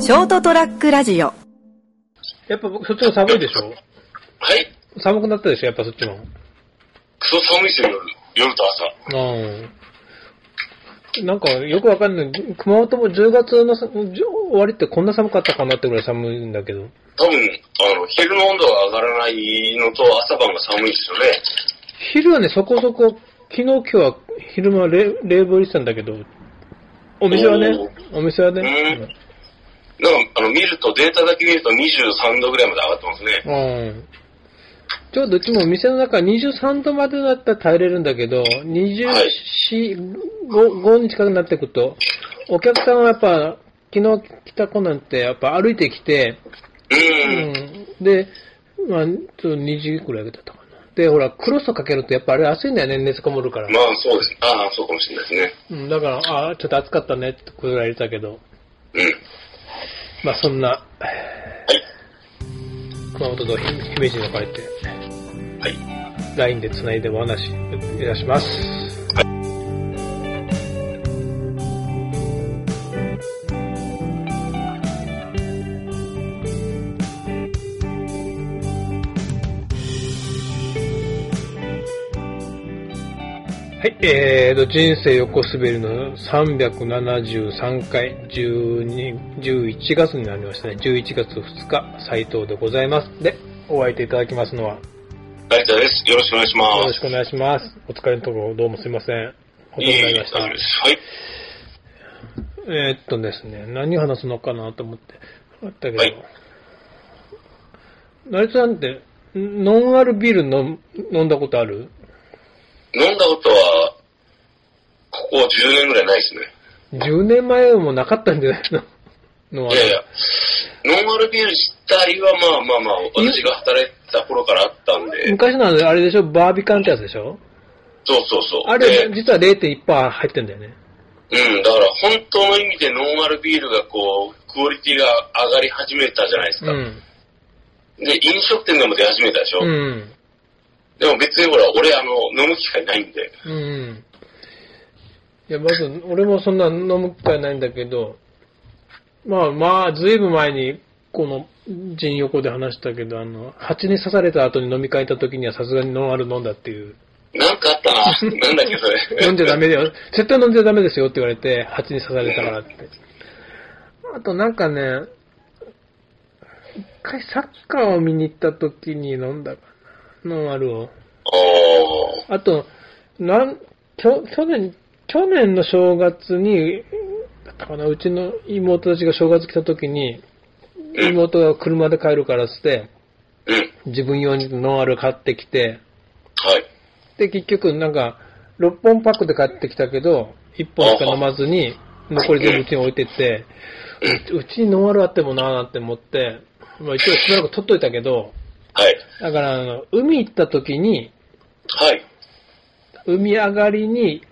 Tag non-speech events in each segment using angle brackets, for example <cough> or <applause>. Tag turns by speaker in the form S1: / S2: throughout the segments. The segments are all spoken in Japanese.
S1: ショートトラックラジオ
S2: やっぱそっちも寒いでしょ
S3: はい
S2: 寒くなったでしょやっぱそっちも。
S3: クソ寒いですよ、夜。夜と朝。
S2: うん。なんかよくわかんない。熊本も10月のさじょ終わりってこんな寒かったかなってぐらい寒いんだけど。
S3: 多分、あの、昼の温度が上がらないのと朝晩が寒いですよね。
S2: 昼はね、そこそこ、昨日今日は昼間は冷冷房入れてたんだけど、お店はね、お店はね、
S3: なんか、あの、見ると、データだけ見ると23度ぐらいまで上がってますね。
S2: うん。ちょうどうちもお店の中23度までだったら耐えれるんだけど、24、5, 5に近くなってくと、お客さんはやっぱ、昨日来た子なんてやっぱ歩いてきて、う
S3: うん。
S2: ん、で、まあ、ちょっと2時ぐらいだったかな。で、ほら、クロスかけるとやっぱあれ暑いんだよね、熱こもるから。
S3: まあ、そうです。ああ、そうかもしれないです
S2: うん、だから、ああ、ちょっと暑かったねってくらい言ってたけど、
S3: ね。うん。
S2: まあそんな、熊本と姫路の会って、
S3: はい。
S2: LINE で繋いでお話いたします。はい、えーと、人生横滑りの373回、12 11月になりましたね。11月2日、斉藤でございます。で、お相手いただきますのは、
S3: 大体です。よろしくお願いしま
S2: よろし
S3: す。
S2: くお願いします。お疲れのところ、どうもすいません。お世話になりまし
S3: 大丈夫で
S2: た。
S3: す。はい。
S2: えーっとですね、何話すのかなと思って、あったけど、
S3: はい
S2: 成田さんって、んノンアルビール飲飲んだことある
S3: 飲んだことは、ここ10年ぐらいないですね。
S2: ?10 年前もなかったんじゃないのノンア
S3: い
S2: ル
S3: やいや、ノンアルビール自体はまあまあまあ、私が働いてた頃からあったんで、
S2: 昔のあれでしょバービカンってやつでしょ
S3: そうそうそう。
S2: あ
S3: で
S2: れ、実は0.1%入ってんだよね。
S3: うん、だから本当の意味でノンアルビールがこう、クオリティが上がり始めたじゃないです
S2: う
S3: か。
S2: ん。
S3: で、飲食店でも出始めたでしょ。
S2: うん。
S3: でも別にほら、俺あの、飲む機会ないんで。
S2: うん。いや、まず、俺もそんな飲む機会ないんだけど、まあまあ、ずいぶん前に、この、人横で話したけど、あの、蜂に刺された後に飲み会行った時にはさすがにノンアル飲んだっていう、
S3: なんかあった
S2: <laughs>
S3: な。なんだっけそれ。
S2: 飲んじゃダメだよ、 <laughs> 絶対飲んじゃダメですよって言われて、蜂に刺されたからって。あとなんかね、一回サッカーを見に行った時に飲んだかな、ノンアルを。
S3: <laughs> あー
S2: あと、なん、きょ、去年、去年の正月に、だったかな、うちの妹たちが正月来た時に、妹が車で帰るからっつって、
S3: うん。
S2: 自分用にノンアル買ってきて、
S3: はい。
S2: で、結局なんか、6本パックで買ってきたけど、1本しか飲まずに、残り全部うちに置いてって、ううちにノンアルあってもなーなんて思って、まあ一応しばらく取っといたけど、
S3: はい。
S2: だからあの、海行った時に、
S3: はい。
S2: 海上がりに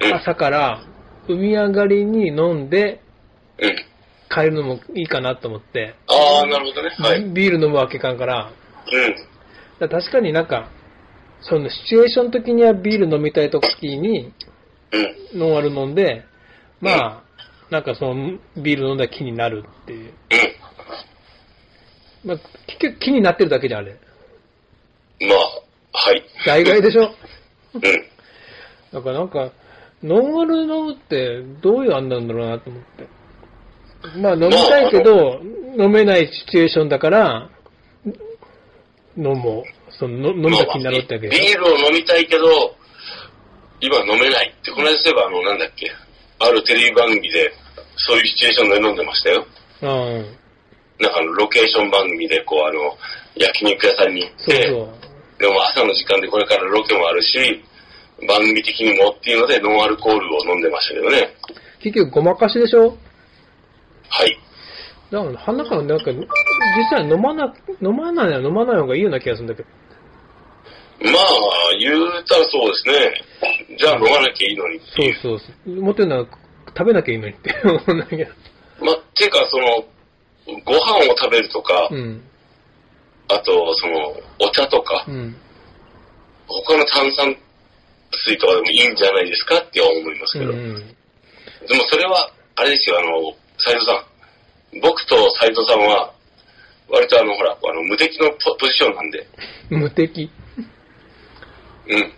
S3: うん。
S2: 朝から海上がりに飲んで
S3: うん。
S2: 帰るのもいいかなと思って、
S3: ああ、なるほどね。はい。うん。
S2: ビール飲むわけいかんから、だから確かになんか、そのシチュエーション的にはビール飲みたい時に
S3: うん。
S2: ノンアル飲んで、まあ、なんかそのビール飲んだ気になるっていう。
S3: う
S2: まあ、結局気になってるだけじゃん、あれ。
S3: ん。まあ、はい。
S2: 大概でしょ
S3: うん。
S2: だからなんか、ノンアル飲むってどういう案なんだろうなと思って。まあ飲みたいけど、飲めないシチュエーションだから、飲もう。その飲飲みた気になろうってわけで
S3: ビ
S2: し
S3: ールを飲みたいけど、今飲めないって、この間そういえばあの、なんだっけ、あるテレビ番組で、そういうシチュエーションで飲んでましたよ。
S2: ょ。うん。
S3: なんかあの、ロケーション番組で、こうあの、焼肉屋さんに行っ
S2: そ
S3: て、
S2: う
S3: でも朝の時間でこれからロケもあるし、番組的にもっていうので、ノンアルコールを飲んでましたけどね。
S2: そう。結局ごまかしでしょ
S3: はい。
S2: だから鼻からなんか、実際飲まな、飲まないは飲まない方がいいような気がするんだけど。
S3: まあ、言うたらそうですね。じゃあ飲まなきゃいいのにって
S2: そ
S3: いうう。
S2: そうそう。持ってるのは食べなきゃいいのにって思うんだけど。
S3: まあ、ていうか、その、ご飯を食べるとか、
S2: うん。
S3: あと、その、お茶とか
S2: う、ん。
S3: 他の炭酸水とかでもいいんじゃないですかって思います
S2: う
S3: けど。
S2: ん。
S3: でもそれは、あれですよ、あの、斉藤さん。僕と斎藤さんは、割とあの、ほら、あの無敵のポポジションなんで、
S2: 無敵。
S3: うん。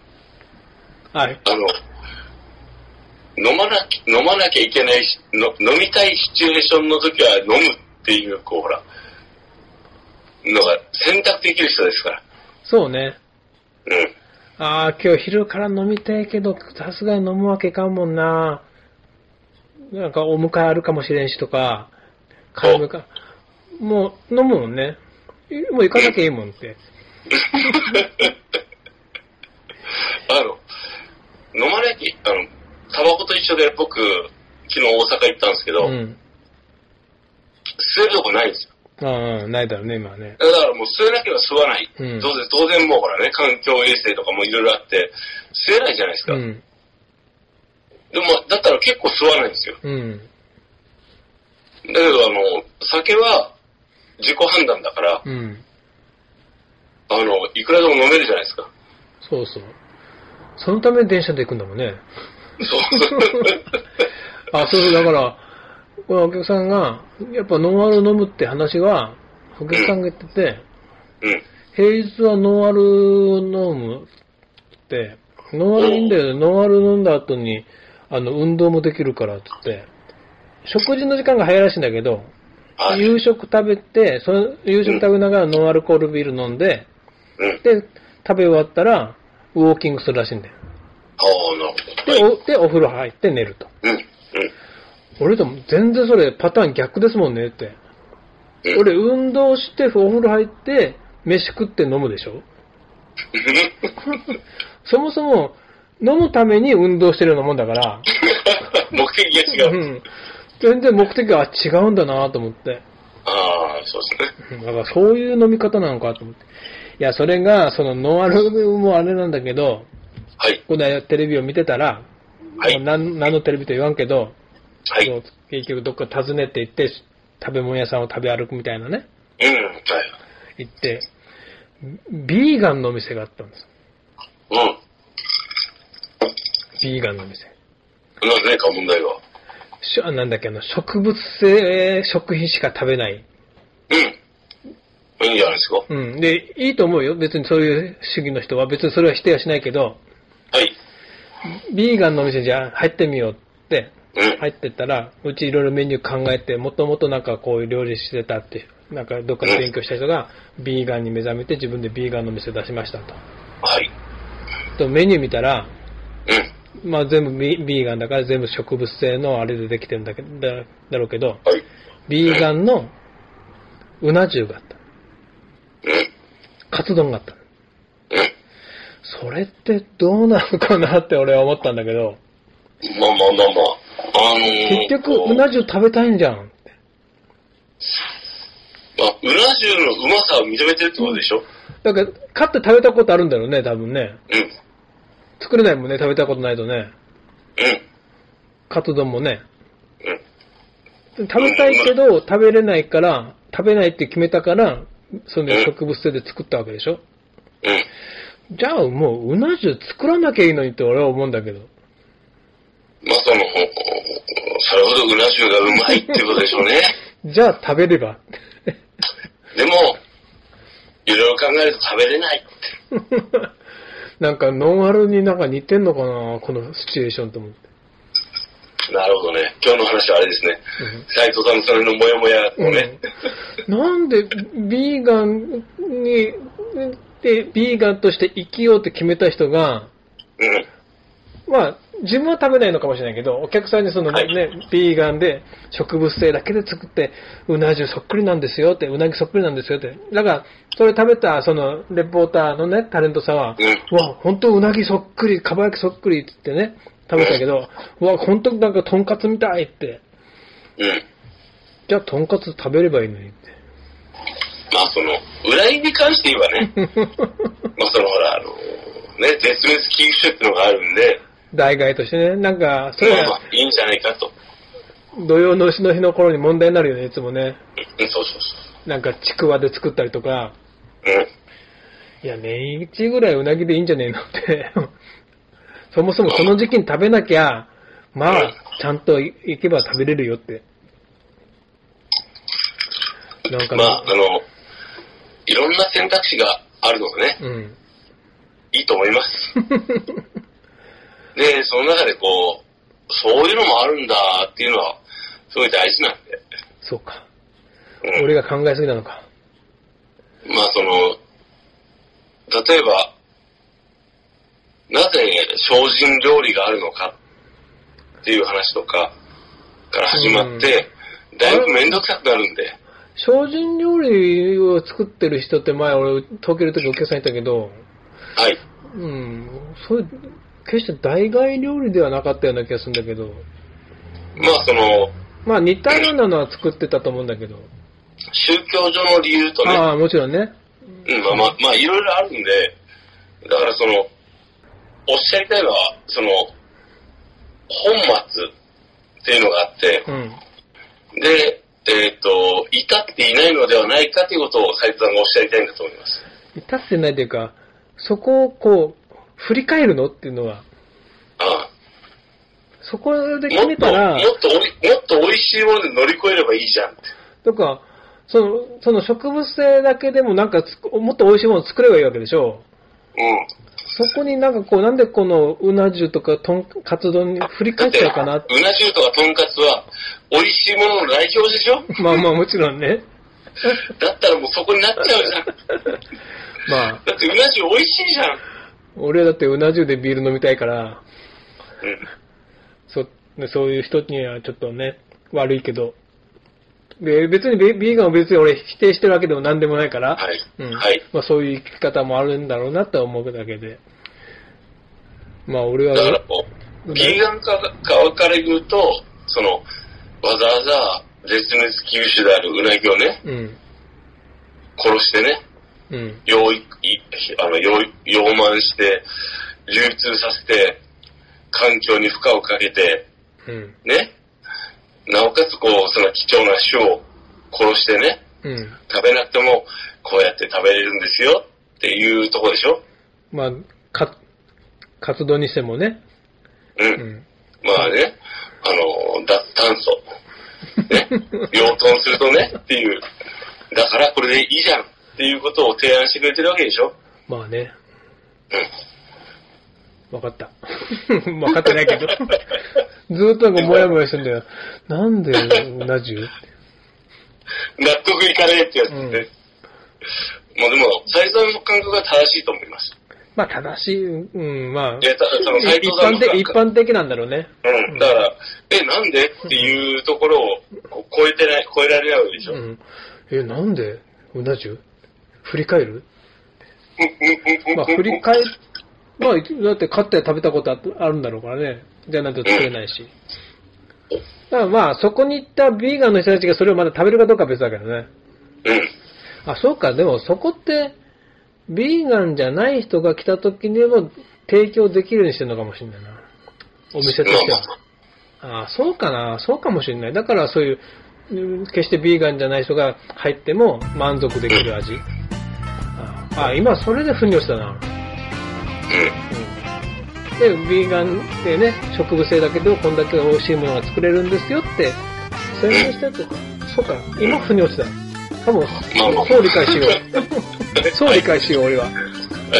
S2: はい。
S3: あの、飲まなき、飲まなきゃいけないし、の飲みたいシチュエーションの時は飲むっていう、こう、ほら、のが選択できる人ですから。
S2: そうね。
S3: うん。
S2: ああ、今日昼から飲みたいけど、さすがに飲むわけいかんもんな。なんかお迎えあるかもしれんしとか、買い物か。もう飲むもんね。もう行かなきゃいいもんって。
S3: あの、飲まなきゃ、あの、タバコと一緒で僕、昨日大阪行ったんですけ
S2: う
S3: ど、
S2: ん。
S3: 吸えるとこないんですよ。
S2: ああ、ないだろうね、今はね。
S3: だからもう吸えなければ吸わない。
S2: うん
S3: 当然、当然もうほらね、環境衛生とかもいろいろあって、吸えないじゃないです
S2: う
S3: か。
S2: ん。
S3: でも、だったら結構吸わないんですよ。
S2: うん。
S3: だけど、あの、酒は自己判断だから、
S2: うん。
S3: あの、いくらでも飲めるじゃないですか。
S2: そうそう。そのために電車で行くんだもんね。
S3: そう。
S2: あ、そうそう、だから、これお客さんが、やっぱノンアル飲むって話は、お客さんが言ってて、
S3: うん。
S2: 平日はノンアル飲むって、ノンアルいいんだよね、ノンアル飲んだ後に、あの、運動もできるからってって、食事の時間が早いらしいんだけど、
S3: はい。うん。
S2: 夕食食べて、その夕食食べながらノンアルコールビール飲んで、で、食べ終わったら、ウォーキングするらしいんだよ。
S3: ああ、なるほど。はい
S2: で、おでお風呂入って寝ると。
S3: うん。うん。
S2: 俺でも全然それパターン逆ですもんねって。
S3: うん
S2: 俺、運動して、お風呂入って、飯食って飲むでしょそもそも、飲むために運動してるようなもんだから、
S3: <laughs> 目的が
S2: う
S3: 違う。
S2: ん、全然目的があ違うんだなと思って、
S3: ああ、そうですね。
S2: うんだからそういう飲み方なのかと思って。いや、それが、そのノンアルもあれなんだけど、
S3: はい。
S2: この間テレビを見てたら、
S3: はい。
S2: 何何のテレビと言わんけど、
S3: は
S2: そ
S3: い。
S2: の結局どっか訪ねて行って、食べ物屋さんを食べ歩くみたいなね、
S3: うん。はい。
S2: 行って、ビーガンのお店があったんです。
S3: う
S2: ビーガンのお店。
S3: ん。なぜか問題は。
S2: しょなんだっけ、あの、植物性食品しか食べない。
S3: うん。いいんじゃないですか。
S2: うん。で、いいと思うよ。別にそういう主義の人は、別にそれは否定はしないけど、
S3: はい。
S2: ビーガンのお店じゃあ入ってみようって、
S3: うん。
S2: 入ってったら、うちいろいろメニュー考えて、もともとなんかこういう料理してたって、なんかどっかで勉強した人が、ビーガンに目覚めて自分でビーガンのお店出しましたと。
S3: はい。
S2: と、メニュー見たら、
S3: うん。
S2: まあ全部ビビーガンだから全部植物性のあれでできてるんだけどだだろうけど、
S3: はい。
S2: ビーガンのうな重があった。
S3: うん。
S2: カツ丼があった。
S3: うん。
S2: それってどうなのかなって俺は思ったんだけど、
S3: まあまあまあまあ。あのー、
S2: 結局、うな重食べたいんじゃん。
S3: まあ、うな重のうまさを認めてるってことでしょ
S2: だから、買って食べたことあるんだろうね、多分ね。
S3: うん。
S2: 作れないもんね、食べたことないとね。
S3: うん。
S2: カツ丼もね。
S3: うん。
S2: 食べたいけど、食べれないから、食べないって決めたから、その
S3: うん
S2: 植物性で作ったわけでしょ。
S3: うん。
S2: じゃあ、もう、うな重作らなきゃいいのにって俺は思うんだけど。
S3: まあ、その、ほそれほどうな重がうまいってことでしょうね。
S2: じゃあ、食べれば。 <laughs>
S3: でも、いろいろ考えると食べれない。
S2: なんか、ノンアルになんか似てんのかな、このシチュエーションと思って。
S3: なるほどね。今日の話はあれですね。斎藤さんのそれのモヤモヤをね。
S2: なんでビーガンに、で、ビーガンとして生きようって決めた人が、
S3: うん。
S2: まあ、自分は食べないのかもしれないけど、お客さんにそのね、
S3: はい
S2: ビーガンで植物性だけで作って、うな重そっくりなんですよって、うなぎそっくりなんですよって。だから、それ食べた、その、レポーターのね、タレントさんは、
S3: う
S2: うわ、本当うなぎそっくり、かば焼きそっくりって言ってね、食べたけど、うわ、本当なんかとんかつみたいって。
S3: ん。うん。
S2: じゃあ、とんかつ食べればいいのにって。
S3: まあその、裏意に関して言えばね、まあそのほら、あの、ね、絶滅危惧種ってのがあるんで、
S2: 代替としてね、なんか、それ
S3: まあま
S2: は
S3: あいいんじゃないかと。
S2: 土曜の牛の日の頃に問題になるよね、いつもね。
S3: うん、そうそうそ
S2: なんか、ちくわで作ったりとか、
S3: う。うん。
S2: いや、年一ぐらいうなぎでいいんじゃねえのって。 <laughs> そもそもその時期に食べなきゃ、まあ、ちゃんと行けば食べれるよって。なんかね
S3: まあ、あの、いろんな選択肢があるのがね、
S2: うん。 <laughs>
S3: いいと思います。で、その中でこう、そういうのもあるんだっていうのは、すごい大事なんで。
S2: そうか。
S3: うん、
S2: 俺が考えすぎなのか。
S3: まあその、例えば、なぜ精進料理があるのかっていう話とかから始まって、だいぶめんどくさくなるんで、
S2: 精進料理を作ってる人って前俺、東京の時お客さんいたけど、
S3: はい。
S2: うん、そういう、決して代替料理ではなかったような気がするんだけど、
S3: まあその、
S2: まあ似たようなのは作ってたと思うんだけど、
S3: 宗教上の理由とね、
S2: ああ、もちろんね。
S3: うん、まあまあ、まあいろいろあるんで、だからその、おっしゃりたいのは、その、本末っていうのがあって、
S2: うん。
S3: で、えっ、と、至っていないのではないかということを斉藤さんがおっしゃりたいんだと思います。
S2: 至ってないというか、そこをこう、振り返るのっていうのは、
S3: ああ
S2: そこで決
S3: もっ
S2: め
S3: と、
S2: た
S3: も
S2: ら、
S3: っとおい、もっと美味しいもので乗り越えればいいじゃんって。
S2: とか、その、その植物性だけでもなんかつく、もっと美味しいものを作ればいいわけでしょ
S3: うん。
S2: そこになんかこう、なんでこのうな重とかとん、カツ丼に振り
S3: だ
S2: 返
S3: っ、
S2: ってちゃうかな。
S3: うな重とかとんかつは、美味しいものの代表でしょ
S2: まあまあもちろんね。
S3: だったらもうそこになっちゃうじ
S2: <laughs>
S3: ゃん。
S2: まあ、
S3: だってうな重美味しいじゃん。
S2: 俺はだってうな重でビール飲みたいから、
S3: うん。
S2: そそういう人にはちょっとね、悪いけど。で、別にビビーガンを別に俺否定してるわけでも何でもないから、
S3: はい
S2: うん
S3: はい
S2: まあ、そういう生き方もあるんだろうなとは思うだけで。まあ俺は
S3: だ、からこう、ビーガン側側から言うと、その、わざわざ絶滅危惧種であるうなぎをね、
S2: うん、
S3: 殺してね、
S2: うん、
S3: 養育、いあの、養、養慢して、流通させて、環境に負荷をかけて、
S2: うん、
S3: ね。なおかつこう、その貴重な種を殺してね、
S2: うん。
S3: 食べなくても、こうやって食べれるんですよ、っていうとこでしょ
S2: まあ、か、活動にしてもね。
S3: うん。
S2: うん。
S3: まあね、あの、脱炭素。ね。養豚するとね、っていう。だからこれでいいじゃん、っていうことを提案してくれてるわけでしょ
S2: まあね。
S3: うん。
S2: わかった。 <laughs> わかってないけ
S3: <laughs>
S2: ど。ずーっとなんかもやもやしてんだよ。なんでうな重
S3: 納得いかねえってやつね。
S2: うん
S3: まあでも、斉藤さんの感覚が正しいと思います。
S2: まあ正しい、うん、まあ
S3: い。や、たその斉
S2: 一
S3: 藤さ
S2: 般
S3: んの
S2: 的、
S3: 感
S2: 一
S3: 覚。
S2: 般的なんだろうね。
S3: うん。だから、え、なんでっていうところをこう超えてない、超えられないわけでしょ。
S2: う
S3: うん、
S2: ん。え、なんでうな重振り返る
S3: うん、うん、
S2: まあ、振り返、まあ、だって買って食べたことあるんだろうからね。じゃないと作れないし。だからまあ、そこに行ったビーガンの人たちがそれをまだ食べるかどうかは別だけどね。
S3: うん。
S2: あ、そうか、でもそこって、ビーガンじゃない人が来た時にも提供できるようにしてるのかもしれないな。お店として
S3: ま
S2: は。ああ、そうかな、そうかもしれない。だからそういううん、決してビーガンじゃない人が入っても満足できる味。ああ、今それで腑に落ちたな。
S3: あまあうん。
S2: で、ビーガンってね、植物性だけど、こんだけ美味しいものが作れるんですよって、宣伝したとか、そうか、今腑に落ちた。多分
S3: まあまあ、
S2: そう理解しよ <laughs> う。そう理解しよう、俺は。
S3: は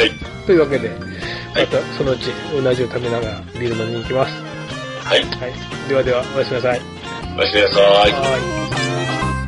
S3: い。
S2: というわけで、またそのうち、同じを食べながらビール飲みに行きます。
S3: はい。
S2: はい。ではでは、おやすみなさい。
S3: おやすみなさい。
S2: はい。